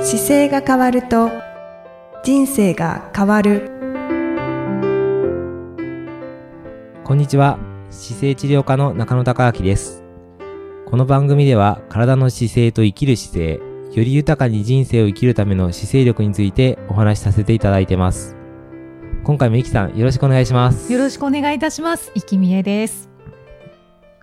姿勢が変わると人生が変わるこんにちは。姿勢治療科の中野隆明です。この番組では、体の姿勢と生きる姿勢、より豊かに人生を生きるための姿勢力についてお話しさせていただいてます。今回もゆきさん、よろしくお願いします。よろしくお願いいたします。生きみえです。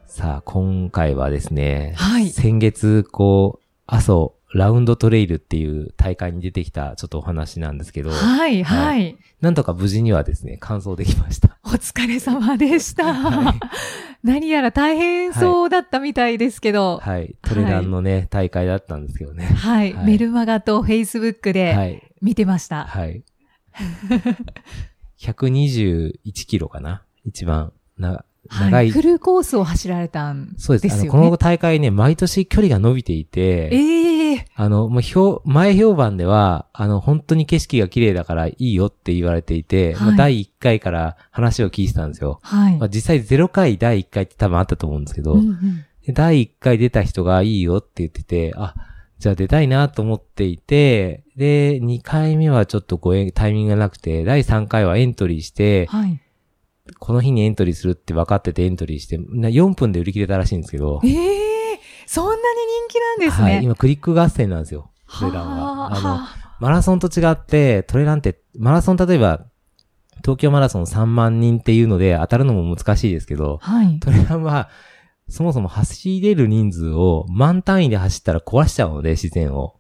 さあ、今回はですね、はい先月、こう、阿蘇ラウンドトレイルっていう大会に出てきたちょっとお話なんですけど、はい、ははい。なんとか無事にはですね、完走できました。お疲れ様でした。はい 何やら大変そうだったみたいですけど、はい。トレランのね、大会だったんですけどね。はい、はいメルマガとフェイスブックはでい。見てました。はい。121キロかな一番なはい長い。フルコースを走られたんですそうよですね。あの、この大会ね、毎年距離が伸びていて、ええあの、もう評、前評判では、あの、本当に景色が綺麗だからいいよって言われていて、はいまあ第1回から話を聞いてたんですよ。はい。まあ、実際0回第1回って多分あったと思うんですけど、うんうんで第1回出た人がいいよって言ってて、あ、じゃあ出たいなと思っていて、で、2回目はちょっとご縁タイミングがなくて、第3回はエントリーして、はい。この日にエントリーするって分かっててエントリーして、な4分で売り切れたらしいんですけど、ええそんなに人気なんですはい、ね。今クリック合戦なんですよ、トはレランは。ああの、はマラソンと違って、トレランって、マラソン例えば、東京マラソン3万人っていうので当たるのも難しいですけど、あはい。トレランは、そもそも走れる人数を満単位で走ったら壊しちゃうので、自然を。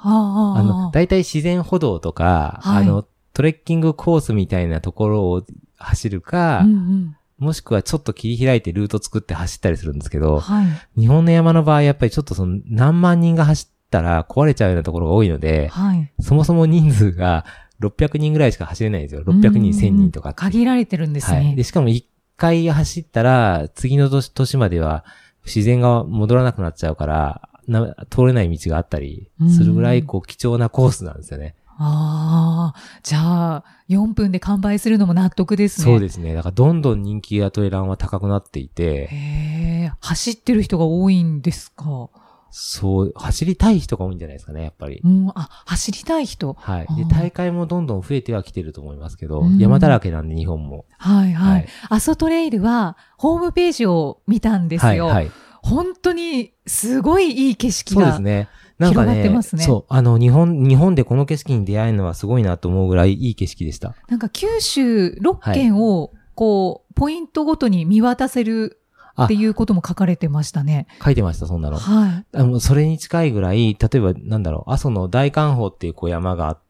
ああの、だいたい自然歩道とか、はあいの、トレッキングコースみたいなところを走るか、うんうんもしくはちょっと切り開いてルート作って走ったりするんですけど、はい。日本の山の場合やっぱりちょっとその何万人が走ったら壊れちゃうようなところが多いので、はい。そもそも人数が600人ぐらいしか走れないんですよ。600人、1000人とかって限られてるんですね。はい。で、しかも一回走ったら、次の年年までは自然が戻らなくなっちゃうから、な通れない道があったりするぐらうい、んこう、貴重なコースなんですよね。ああ、じゃあ、4分で完売するのも納得ですね。。そうですすね。だから、どんどん人気がトレランは高くなっていて、へえ、走ってる人が多いんですか。そう、走りたい人が多いんじゃないですかね、やっぱりう。ん、あ、走りたい人。はい。あで、ー大会もどんどん増えてはきてると思いますけどう、ん山だらけなんで、日本も。はいははい。い阿蘇トレイルは、ホームページを見たんですはい、よ。はい。本当に、すごいいい景色そうが。ですね。なんか広がってねますねそう、あの、日本、日本でこの景色に出会えるのはすごいなと思うぐらいいい景色でした。なんか、九州6県を、こう、ポイントごとに見渡せるあっていうことも書かれてましたね。書いてました、そんなの。はい。あの、それに近いぐらい、例えば、なんだろう、阿蘇の大観峰っていうこう山があっ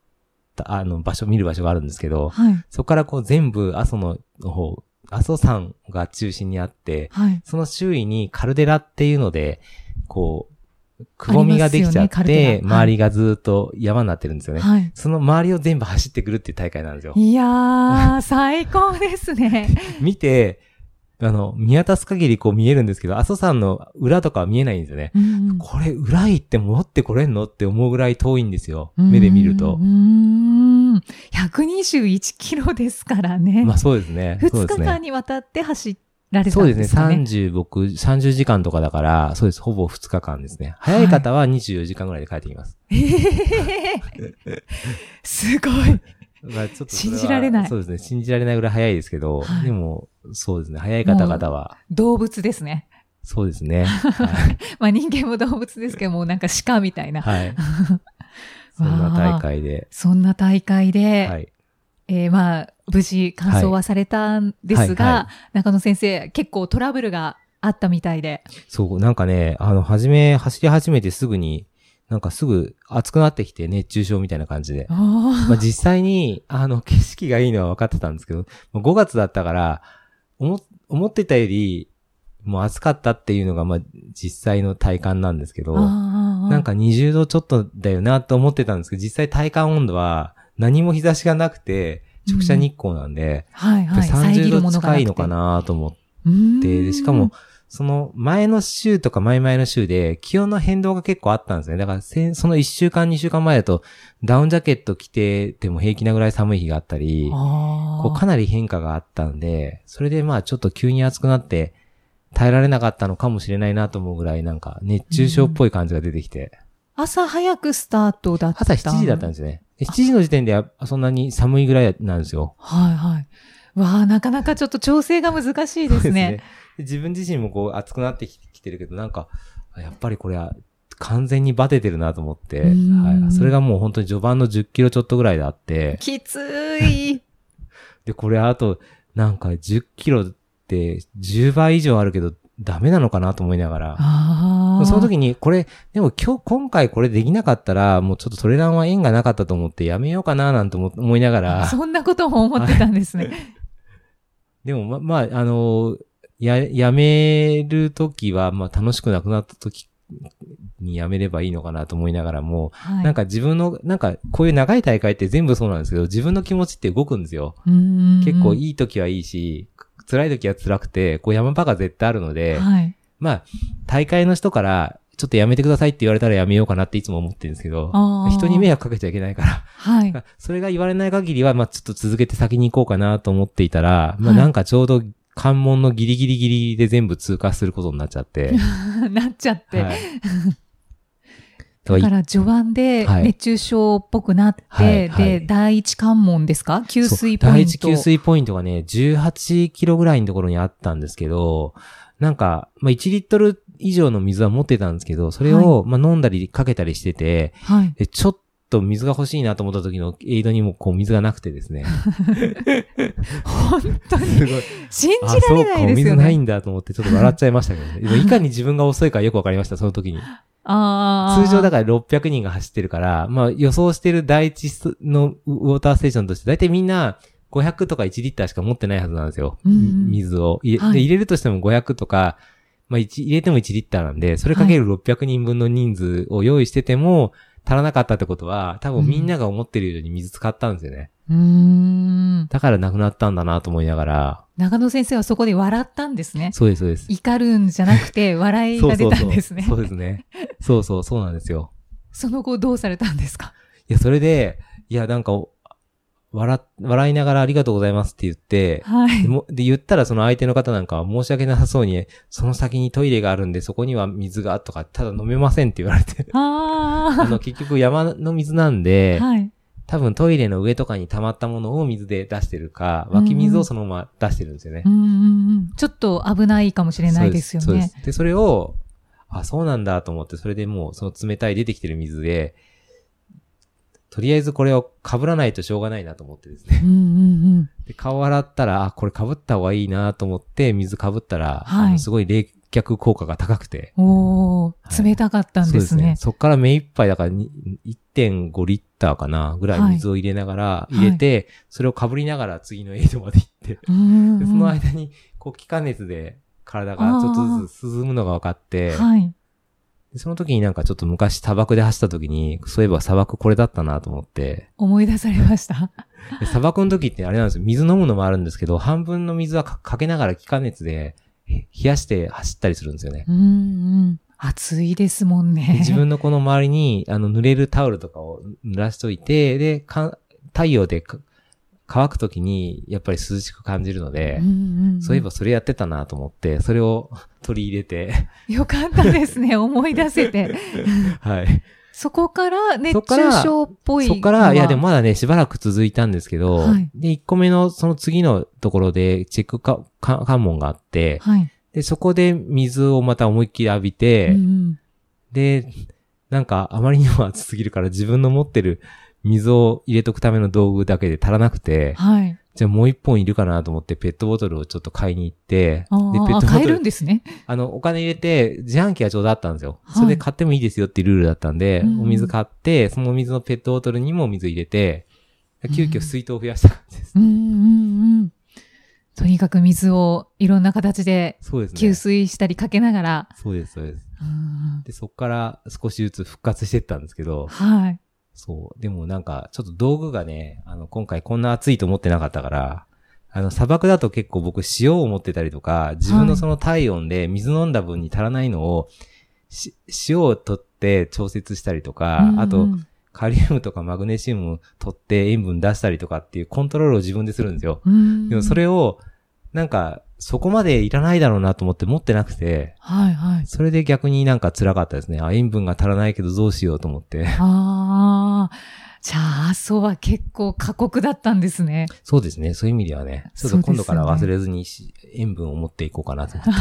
た、あの、場所、見る場所があるんですけど、はい。そこからこう全部阿蘇の方、阿蘇山が中心にあって、はい。その周囲にカルデラっていうので、こう、くぼみができちゃっありますよねカルデラはて、い周りがずーっと山になってるんですよね。はい。その周りを全部走ってくるっていう大会なんですよ。いや ー、最高ですね。見て、あの、見渡す限りこう見えるんですけど、阿蘇山の裏とかは見えないんですよね。うんうんこれ裏行って戻ってこれんのって思うぐらい遠いんですよ。目で見るとう。ーん。121キロですからね。まあそうですね。そう2で日すね間にわたって走られたそんうでですね。すかね。 30、僕、30時間とかだから、そうです。ほぼ2日間ですね。早い方は24時間ぐらいで帰ってきます。えー すごい。まあちょっとそは信じられないそうですね。信じられないぐらい早いですけど、はいでも、そうですね。早い方々は、動物ですね。そうですね。はい。まあ人間も動物ですけ ども、なんか鹿みたいな。はい、そんな大会で。そんな大会で、はい。えーまあ、無事完走はされたんですが、はいはいは中野先生、結構トラブルがあったみたいで。そう、なんかね、あの、初め、走り始めてすぐに、なんかすぐ暑くなってきて、熱中症みたいな感じで。 まあ、実際に、あの、景色がいいのは分かってたんですけど、まあ5月だったから、思、思ってたより、もう暑かったっていうのが、まあ、実際の体感なんですけど、ななん、か20度ちょっとだよなと思ってたんですけど、実際体感温度は何も日差しがなくて、直射日光なんで、はいやっぱはい、り30度く近ていのかなと思って、うーんで、しかも、、その前の週とか前々の週で気温の変動が結構あったんですね。だからせん、その1週間2週間前だとダウンジャケット着てても平気なぐらい寒い日があったり、ここうかなり変化があったんで、それでまあちょっと急に暑くなって耐えられなかったのかもしれないなと思うぐらいなんか熱中症っぽい感じが出てきて、朝早くスタートだった。朝7時だったんですよね。で7時の時点ではそんなに寒いぐらいなんですよ。はいはい。わあ、なかなかちょっと調整が難しいでそうすですね。ね。で自分自身もこう熱くなってききてるけど、なんか、あやっぱりこれは完全にバテてるなと思って、うんはい、それがもう本当に序盤の10キロちょっとぐらいであって、きつ い。で、これあと、なんか10キロって10倍以上あるけど、ダメなのかなと思いながら、ああ。その時に、これ、でも今日、今回これできなかったら、もうちょっとトレランは縁がなかったと思ってやめようかななんて思思いながら、そんなことも思ってたんですね。でもま、まあ、あの、や、やめる時は、まあ、楽しくなくなった時にやめればいいのかなと思いながらも、はい、なんか自分の、なんかこういう長い大会って全部そうなんですけど、自分の気持ちって動くんですよ。結結構いいい時はいいし、辛い時は辛くて、こう山場が絶対あるので、はい。まあ、大会の人から、ちょっとやめてくださいって言われたらやめようかなっていつも思ってるんですけど、あー人に迷惑かけちゃいけないから、はい。それが言われない限りは、まあちょっと続けて先に行こうかなと思っていたら、まあはいなんかちょうど関門のギリギリギリで全部通過することになっちゃ って、なっちゃって。はい。とはだかいら序盤ではい熱中症っぽくなって、はいはいで、第一関門ですか給そう水ポイント。第一給水ポイントがね、18キロぐらいのところにあったんですけど、なんか、まあ1リットル以上の水は持ってたんですけど、それを、まあ飲んだりかけたりしてて、はい。で、ちょっと水が欲しいなと思った時のエイドにもこう水がなくてですね。 本当に すごい。信あ、じらそうれなか、いおです水よないね。んだと思ってちょっと笑っちゃいましたけど ね。でもいかに自分が遅いかよくわかりました、その時に。ああ。通常だかから600人が走ってるから、まあ予想してる第一のウォーターステーションとして、だいたいみんな500とか1リッターしか持ってないはずなんですよ。うんうん水を入れ、はいで入れるとしても500とか、まあ一入れても1リッターなんで、それかける600人分の人数を用意してても、足らなかったってことは、多分みんなが思ってるように水使ったんですよね。うーん。だからなくなったんだなと思いながら、中野先生はそこで笑ったんですね。そうです、そうです。怒るんじゃなくて、笑いそうがそ出うたそんうですね。そうですね。そうそう、そうなんですよ。その後どうされたんですかいや、それで、いや、なんか、笑っ、笑いながらありがとうございますって言って、はいで。もで、言ったらその相手の方なんかは申し訳なさそうに、その先にトイレがあるんでそこには水がとか、ただ飲めませんって言われて、ああの、結局山の水なんであ。、はい。多分トイレの上とかに溜まったものを水で出してるか、湧き水をそのまま出してるんですよねう。んうんうん。ちょっと危ないかもしれないですよそうでねす。。そうですで、それを、あ、そうなんだと思って、それでもう、その冷たい出てきてる水で、とりあえずこれを被らないとしょうがないなと思ってですね。うんうんうん。で顔洗ったら、あ、これ被った方がいいなと思って、水被ったら、はいあのすごい冷却効果が高くて。おはいー、冷たかったんですね。そっから目一杯だからに1.5リッターかなぐらい水を入れながら、い入れて、それを被りながら次のエイドまで行って、うんうんでその間に、こう気化熱で体がちょっとずつ涼むのが分かって、はい。でその時になんかちょっと昔砂漠で走った時に、そういえば砂漠これだったなと思って、思い出されました。 で砂漠の時ってあれなんですよ、水飲むのもあるんですけど、半分の水はかかけながら気化熱でへ冷やして走ったりするんですよね。うんうん。暑いですもんでね。自分のこの周りに、あの、濡れるタオルとかを濡らしといて、で、か太陽でか乾く時に、やっぱり涼しく感じるので、うんうんそういえばそれやってたなと思って、それを取り入れて、 よかったですね。思い出せて。はい。そこから熱そっから中症っぽい。そっから、いやでも、まだね、しばらく続いたんですけど、はいで、1個目のその次のところでチェックかか関門があって、はい。で、そこで水をまた思いっきり浴びて、うんで、なんかあまりにも暑すぎるから自分の持ってる水を入れとくための道具だけで足らなくうんて、はい。じゃあもう一本いるかなと思ってペットボトルをちょっと買いに行って、あで、ペッーあ、トボ買トえるルん、ですね。あの、お金入れて、自販機がちょうどあったんですよ。はいそれで買ってもいいですよっていうルールだったんで、うんお水買って、そのお水のペットボトルにも水入れて、急う遽ん水筒を増やした感じ です。うんうんうん。とにかく水をいろんな形でそうですね。給水したりかけながら。そうです、そうです。うんで、そっから少しずつ復活してったんですけど、はい。そう。でもなんか、ちょっと道具がね、あの、今回こんな暑いと思ってなかったから、あの、砂漠だと結構僕塩を持ってたりとか、自分のその体温で水飲んだ分に足らないのを、し塩を取って調節したりとか、うんうんあと、カリウムとかマグネシウムを取って塩分出したりとかっていうコントロールを自分でするんですよ。うんでもそれを、なんか、そこまでいらないだろうなと思って持ってなくて、はいはい。それで逆になんか辛かったですね。あ、塩分が足らないけどどうしようと思って。 ああ。じゃあ、そうは結構過酷だったんですね。そうですね。そういう意味ではね。ちょっそうとですよ今ね度から忘れずにし塩分を持っていこうかなと思って。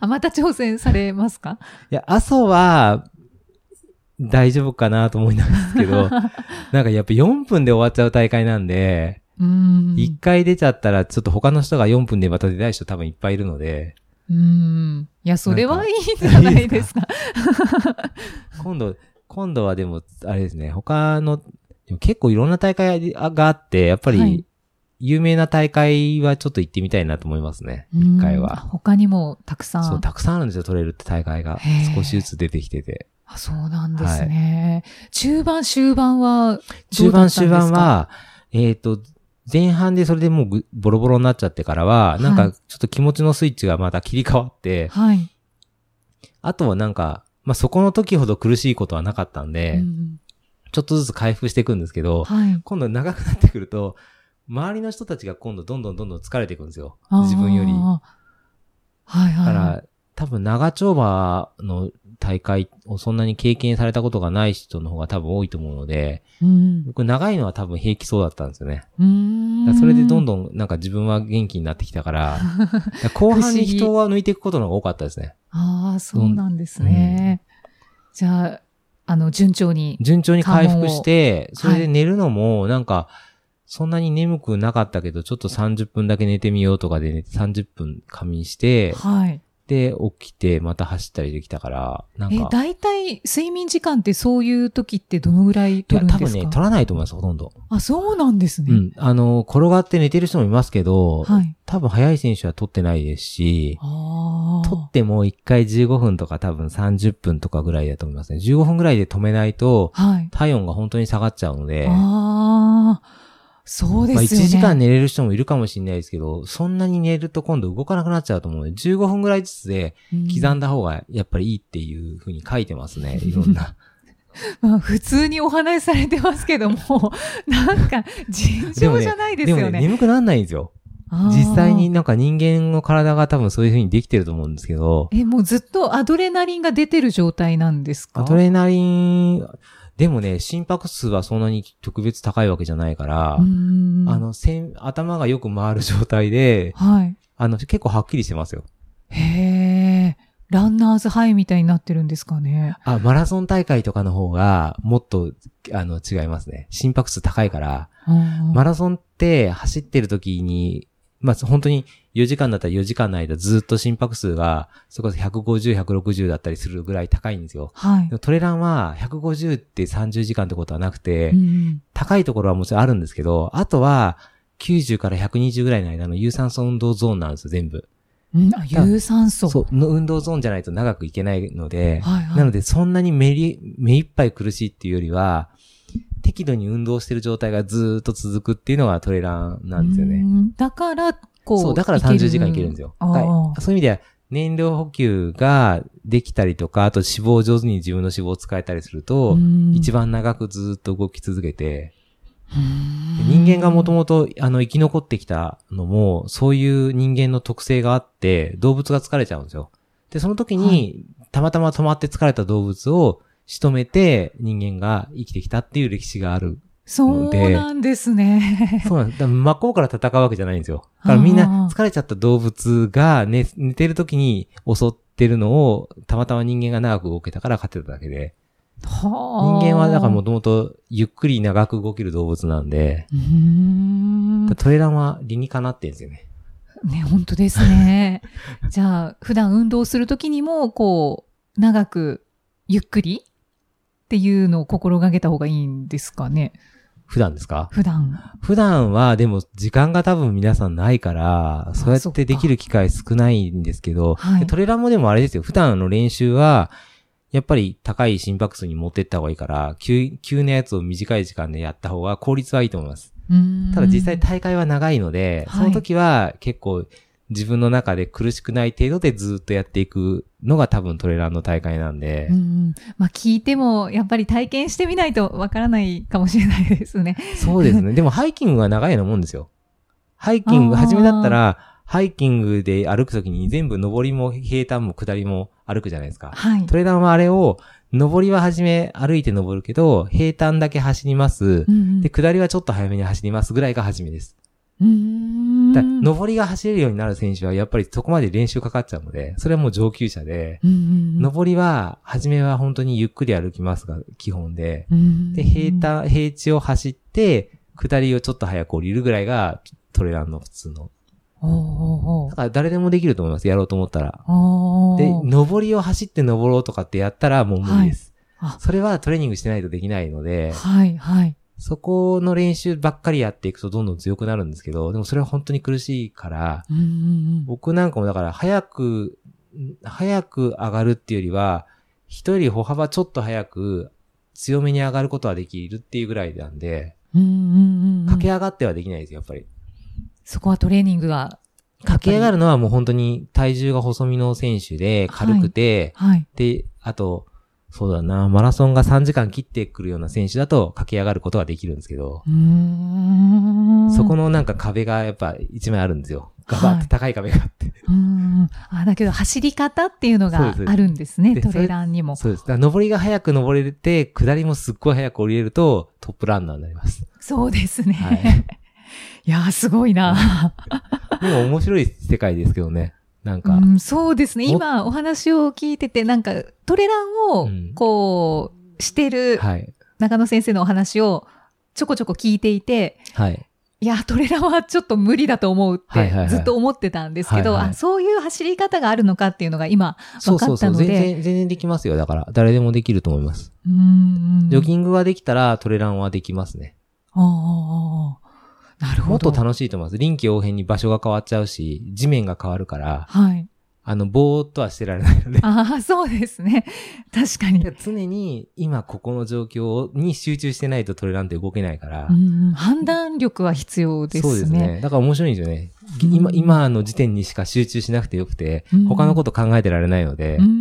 あ、また挑戦されますかいや、阿蘇は、大丈夫かなと思いなんですけ ど、なんかやっぱ4分で終わっちゃう大会なんで、うーん。 1回出ちゃったらちょっと他の人が4分でまた出ない人多分いっぱいいるので、うーん。いや、それはいいんじゃないですか。今度、今度はでも、あれですね、他の、でも結構いろんな大会があって、やっぱはいり、有名な大会はちょっと行ってみたいなと思いますね。一回うーんあは。他にもたくさそんう、。たくさんあるんですよ、トレイルって大会がへー。少しずつ出てきてて。あそうなんですね。中盤、終盤は、ど中盤、うだったんですか終盤は、えっ、と、前半でそれでもうぐボロボロになっちゃってからは、なんはいかちょっと気持ちのスイッチがまた切り替わって、はい。あとはなんか、まあ、そこの時ほど苦しいことはなかったんで、うんちょっとずつ回復していくんですけど、はい。今度長くなってくると、周りの人たちが今度どんどんどんどん疲れていくんですよ。あー自分より。だはいはい。から、多分長丁場の大会をそんなに経験されたことがない人の方が多分多いと思うので、うん。僕長いのは多分平気そうだったんですよね。うーだからそれでどんどん。どんなんか自分は元気になってきた から、だから後半に人は抜いていくことの方が多かったですね。ああ、そうなんですね。じゃあ、あの、順調に。順調に回復して、関そ門をれで寝るのもなんか、そんなに眠くなかったけど、ちょっと30分だけ寝てみようとかで寝て30分仮眠して、はい。で、起きて、また走ったりできたから、なんえか、、大体、睡眠時間ってそういう時ってどのぐらいい取や、るん多ですか分ね、取らないと思います、ほとんど。あ、そうなんですうね。ん。あの、転がって寝てる人もいますけど、はい。多分早い選手は取ってないですし、あ取っても1回15分とか多分30分とかぐらいだと思いますね。15分ぐらいで止めないと、あ。はい。体温が本当に下がっちゃうので、ああ、そうでまあ、1すよね。時間寝れる人もいるかもしれないですけど、そんなに寝ると今度動かなくなっちゃうと思うので、15分ぐらいずつでうん刻んだ方がやっぱりいいっていう風に書いてます ね、いろんな。まあ、普通にお話しされてますけども、なんか、尋常じゃないですでよもね。ね、眠くならないんですよ。あー実際に。なんか人間の体が多分そういう風にできてると思うんですけど、え、もうずっとアドレナリンが出てる状態なんですかアドレナリン、でもね、心拍数はそんなに特別高いわけじゃないから、うーんあ、の、せん頭がよく回る状態で、はい。あの、結構はっきりしてますよ。へえ、ランナーズハイみたいになってるんですかね。あ、マラソン大会とかの方が、もっと、あの、違いますね。心拍数高いから、うんマラソンって走ってる時に、まあ、本当に4時間だったら4時間の間ずっと心拍数が、それこそ150、160だったりするぐらい高いんですよ。はいでも。トレランは150って30時間ってことはなくて、うん高いところはもちろんあるんですけど、あとは90から120ぐらいの間の有酸素運動ゾーンなんですよ、全部。うんあ有酸素。そう。の運動ゾーンじゃないと長くいけないので、はいはいなのでそんなに目り、目いっぱい苦しいっていうよりは、適度に運動してる状態がずーっと続くっていうのがトレランなんですようね。ん。だから、こう。そう、だから30時間いけるんですよ。よ。あーはいそういう意味では、燃料補給ができたりとか、あと脂肪を上手に自分の脂肪を使えたりすると、一番番。長くずーっと動き続けて、人間がもともと、あの、生き残ってきたのも、そういう人間の特性があって、動物が疲れちゃうんですよ。で、その時に、はたまたま止まって疲れた動物を仕留めて、人間が生きてきたっていう歴史があ る。そうなんですね。そうなんです。だから真っ向から戦うわけじゃないんですよ。だからみんあなー疲れちゃった動物が寝、寝てる時に襲ってるのを、たまたま人間が長く動けたから勝てただけで。 人人間はだからもともとゆっくり長く動ける動物なんで、うーん。トレランは理にかなってんですよね。ね、本当です ね。じゃあ、普段運動するときにも、こう、長く、ゆっくりっていうのを心がけた方がいいんですかね。普段ですか普段。普段は、でも、時間が多分皆さんないから、そうやそっっかてできる機会少ないんですけど、はいでトレランもでもあれですよ、普段の練習は、やっぱり高い心拍数に持ってった方がいいから、急、急なやつを短い時間でやった方が効率はいいと思います。うーんただ実際大会は長いので、はいその時は結構自分の中で苦しくない程度でずっとやっていくのが多分トレランの大会なんでう、ん。まあ、聞いても、やっぱり体験してみないとわからないかもしれない ですね。そうですね。でもハイキングが長いようなもんですよ。ハイキング、あー初めだったら、ハイキングで歩くときに全部上りも平坦も下りも歩くじゃないですか。はい。トレーラーもあれを、上りは初め歩いて登るけど、平坦だけ走ります。うんうんで、下りはちょっと早めに走りますぐらいが初めです。うーんだ上りが走れるようになる選手はやっぱりそこまで練習かかっちゃうので、それはもう上級者で、うんうん上りは、初めは本当にゆっくり歩きますが基本で、うんで、平坦、平地を走って、下りをちょっと早く降りるぐらいがトレランの普通の。おうおうおうだから誰でもできると思います、やろうと思ったら。おうで、上りを走って登ろうとかってやったらもう無理です。はいあそれはトレーニングしてないとできないので、はい、はい。そこの練習ばっかりやっていくとどんどん強くなるんですけど、でもそれは本当に苦しいから、うんうんうん僕なんかもだから早く、ん早く上がるっていうよりは、一人歩幅ちょっと早く強めに上がることはできるっていうぐらいなんで、うんうんうんうん駆け上がってはできないですよ、やっぱり。そこはトレーニングが。駆け上がるのはもう本当に体重が細身の選手で軽くて、はい。で、あと、そうだな、マラソンが3時間切ってくるような選手だと駆け上がることはできるんですけど、うーんそこのなんか壁がやっぱ一枚あるんですよ。ガバッはてい高い壁があって。うんあ、だけど走り方っていうのそうがですあるんですね、でトレランにも。そそうです。だから上りが早く上れて、下りもすっごい早く降りれると、トップランナーになります。うですね。はいい、やー、す ごいな、でも面白い世界ですけどね。なんうか、ん。そうですね。今お話を聞いてて、なんかトレランうをんこうしてるはい。中野先生のお話をちょこちょこ聞いていて、はい。いや、トレランはちょっと無理だと思うっはいはいはていずっと思ってたんですけど、はいはいあそういう走り方があるのかっていうのが今、そうそうそう。わかったの全で然、全然できますよ。だから、誰でもできると思います。うーんジョギングはできたら、トレランはできますね。ああああなるもほっど。と楽しいと思います。臨機応変に場所が変わっちゃうし、地面が変わるから、はい。あの、ぼーっとはしてられないので。ああ、そうですね。確かに。常に、今ここの状況に集中してないとトレランって動けないから、うん判断力は必要ですね。そうですね。だから面白いんですよね。うん今、今の時点にしか集中しなくてよくてうん、他のこと考えてられないのでうんう、んう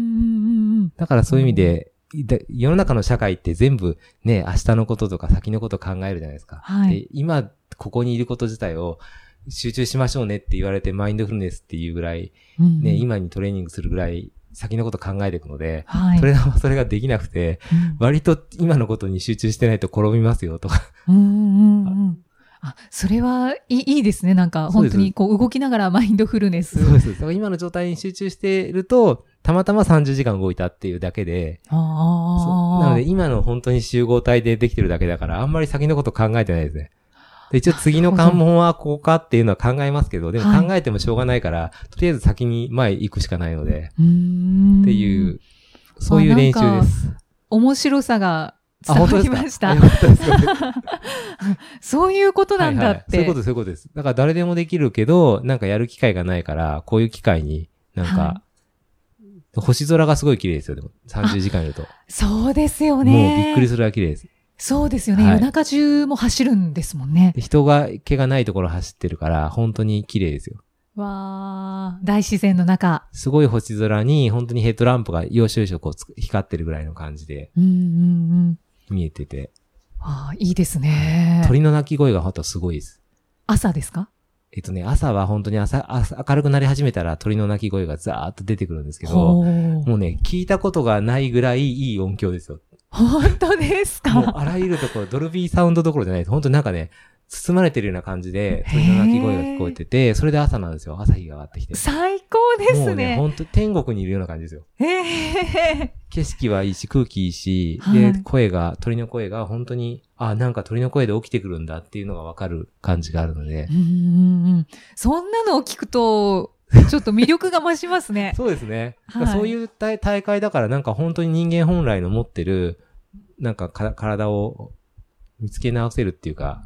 んだからそういう意味で、で世の中の社会って全部ね、明日のこととか先のこと考えるじゃないですか。はいで今、ここにいること自体を集中しましょうねって言われて、マインドフルネスっていうぐらい、うんうん。ね、今にトレーニングするぐらい先のこと考えていくので、はい。それはそれができなくて、うん割と今のことに集中してないと転びますよとか。うんうんうん。あ、それはいいいいですね。なんか、そう本です当にこう動きながらマインドフルネス。 そうです。だから今の状態に集中していると、たまたま30時間動いたっていうだけで、そうああ。なので今の本当に集合体でできてるだけだから、あんまり先のこと考えてないですね。で一応次の関門はこうかっていうのは考えますけど、でもはい考えてもしょうがないから、とりあえず先に前行くしかないので、うーんっていう、そういう練習なんでかす。面白さがあ、伝本わ当でりすまかしたあよ。かったです。 そういうことなんだっはいはいそういうてこと。です、そういうことです。だから誰でもできるけど、なんかやる機会がないから、こういう機会に、なんか、は星空がすごい綺麗ですよ、でも。30時間いると。そうですよもうびっね。くりするぐらい綺麗です。そうですよね。はい夜中中も走るんですもんねで。人が毛がないところ走ってるから、本当に綺麗ですよ。わー、大自然の中。すごい星空に、本当にヘッドランプが要所要所こうつく光ってるぐらいの感じでうんうんうん。見えてて、あーいいですね。鳥の鳴き声が本当すごいです。朝ですかえっとね、朝は本当に朝、朝明るくなり始めたら鳥の鳴き声がザーッと出てくるんですけど、ほーもうね、聞いたことがないぐらいいい音響ですよ。 本当ですもうかあらゆるところ、ドルビーサウンドどころじゃないです。本当になんかね、包まれてるような感じで、鳥の鳴き声が聞こえてて、それで朝なんですよ。朝日が上がってきて。最高でもすうね、ね。本当天国にいるような感じですよ。え景色はいいし、空気いいし、はいで、声が、鳥の声が本当に、あ、なんか鳥の声で起きてくるんだっていうのがわかる感じがあるのでーう。んうんうんそんなのを聞くと、ちょっと魅力が増しま すね。そうですね。はいそういう大大会だからなんか本当に人間本来の持ってる、なんかか体を見つけ直せるっていうか、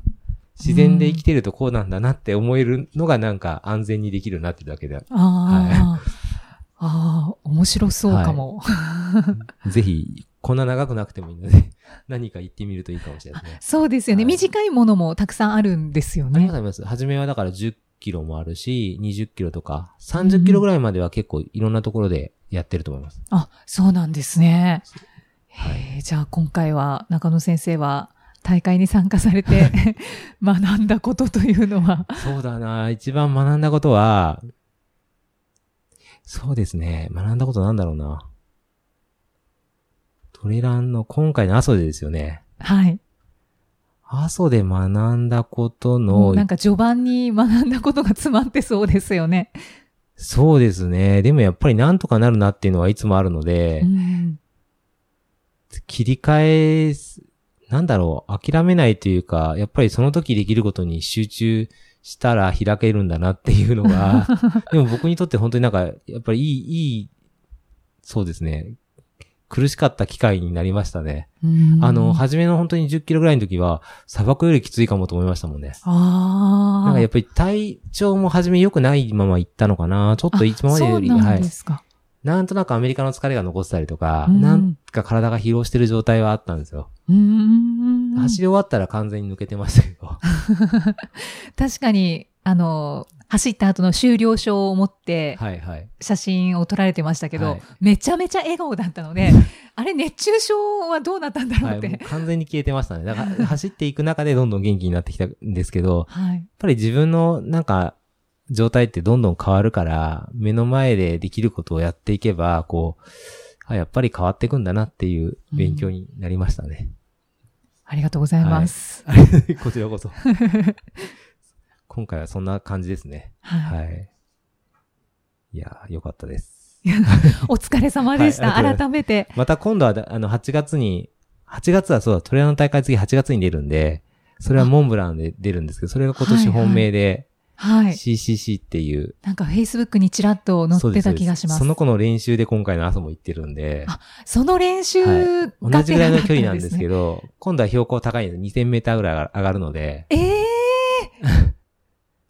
自然で生きてるとこうなんだなって思えるのがなんか安全にできるようになってるだけで、あーあー、面白そうかも。ぜひ、こんな長くなくてもいいので、何か行ってみるといいかもしれないですね。そうですよね。はい短いものもたくさんあるんですあよりますね。あります。初めはだから10キロもあるし、20キロとか、30キロぐらいまでは結構いろんなところでやってると思います。あ、そうなんですね。はいへーじゃあ今回は中野先生は大会に参加され て学んだことというのは。そうだな一番学んだことは、そうですね。学んだことなんだろうな。トレランの、今回の阿蘇でですよね。はい。阿蘇で学んだことものう、なんか序盤に学んだことが詰まってそうですよね。そうですね。でもやっぱりなんとかなるなっていうのはいつもあるので、うん切り替えす、なんだろう、諦めないというか、やっぱりその時できることに集中したら開けるんだなっていうの が、でも僕にとって本当になんか、やっぱりいい、いい、そうですね。苦しかった機会になりましたね。あの、あ初めの本当に10キロぐらいの時は、砂漠よりきついかもと思いましたもんね。あー。なんかやっぱり体調も初め良くないまま行ったのかな。ちょっと今までより、あそうはなんいで。すか。なんとなくアメリカの疲れが残ってたりとか、うんなんか体が疲労してる状態はあったんですよ。うん。走り終わったら完全に抜けてましたけ ど。確かに、あの、走った後の終了証を持ってはい はい。写真を撮られてましたけど、はいめちゃめちゃ笑顔だった ので、あれ熱中症はどうなったんだはろうい、って。もはうい。完全に消えてましたね。だから、走っていく中でどんどん元気になってきたんですけど、やっぱり自分のなんか、状態ってどんどん変わるから、目の前でできることをやっていけば、こう、あ、やっぱり変わっていくんだなっていう勉強になりましたね。ありがとうございます。 こちら こそ。今回はそんな感じですね。はい。はい。いやー、よかったです。お疲れ様でした。はいありがとうございます改めて。また今度はだ、あの、8月に、8月はそうだ、トレーナーの大会次8月に出るんで、それはモンブランで出るんですけど、それが今年本命で、はい。 CCC っていう。なんか Facebook にちらっと載そうっでてすそたうです気がします。そその子の練習で今回の朝も行ってるんで、あの練習が、は同じぐらいの距離なんですけど。ど、今度は標高高いんです。2000メーターぐらい上が上がるので、 ええー、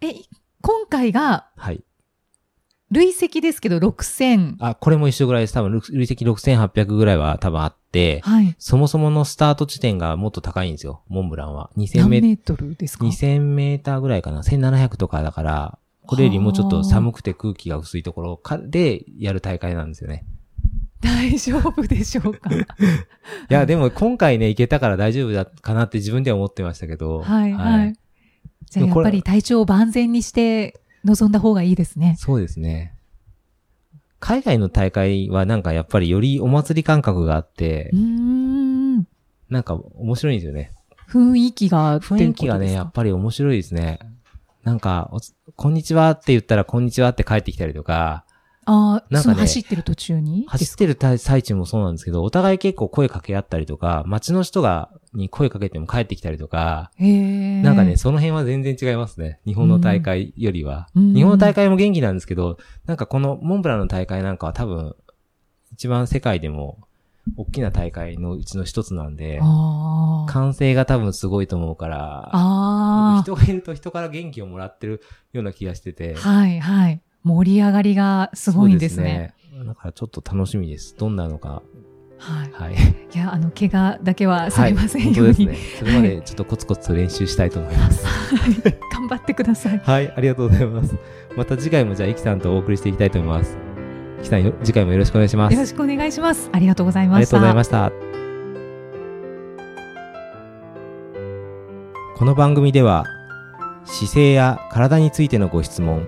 え、い今回がはい。累積ですけど6000。あ、これも一緒ぐらいです。多分、累積6800ぐらいは多分あって、はい。そもそものスタート地点がもっと高いんですよ。モンブランは。2000何メメーター。ートルですか2000メーターぐらいかな。1700とかだから、これよりもちょっと寒くて空気が薄いところかでやる大会なんですよね。大丈夫でしょう かいや、でも今回ね、行けたから大丈夫だかなって自分では思ってましたけど。はいはい。じゃあでやもこっれぱり体調を万全にして臨んだ方がいいですね。そうですね。海外の大会はなんかやっぱりよりお祭り感覚があってう、ーん。なんか面白いんですよね。雰囲気がってことです雰か、囲気がね、やっぱり面白いですね。なんか、おつこんにちはって言ったら、こんにちはって帰ってきたりとか、ああ、なんかねその走ってる途中に走ってるた最中もそうなんですけど、お互い結構声かけ合ったりとか、街の人が、に声かけても帰ってきたりとか、へえ。なんかね、、その辺は全然違いますね。日本の大会よりは。うん日本の大会も元気なんですけど、なんかこのモンブランの大会なんかは多分、一番世界でも、大きな大会のうちの一つなんで、ああ。歓声が多分すごいと思うから、あ人がいると人から元気をもらってるような気がしてて。あ。はいはい。盛り上がりがすごいんですね。そうですね。だからちょっと楽しみです。どんなのか。はい。はい。いや、あの、怪我だけはされませんようはい本当に、ですね。それまでちょっとコツコツと練習したいと思います。頑張ってください。はい、ありがとうございます。また次回もじゃあ、イキさんとお送りしていきたいと思います。イキさんよ、次回もよろしくお願いします。よろしくお願いします。ありがとうございあまりしがとうございた。ました。この番組では姿勢や体についてのご質問、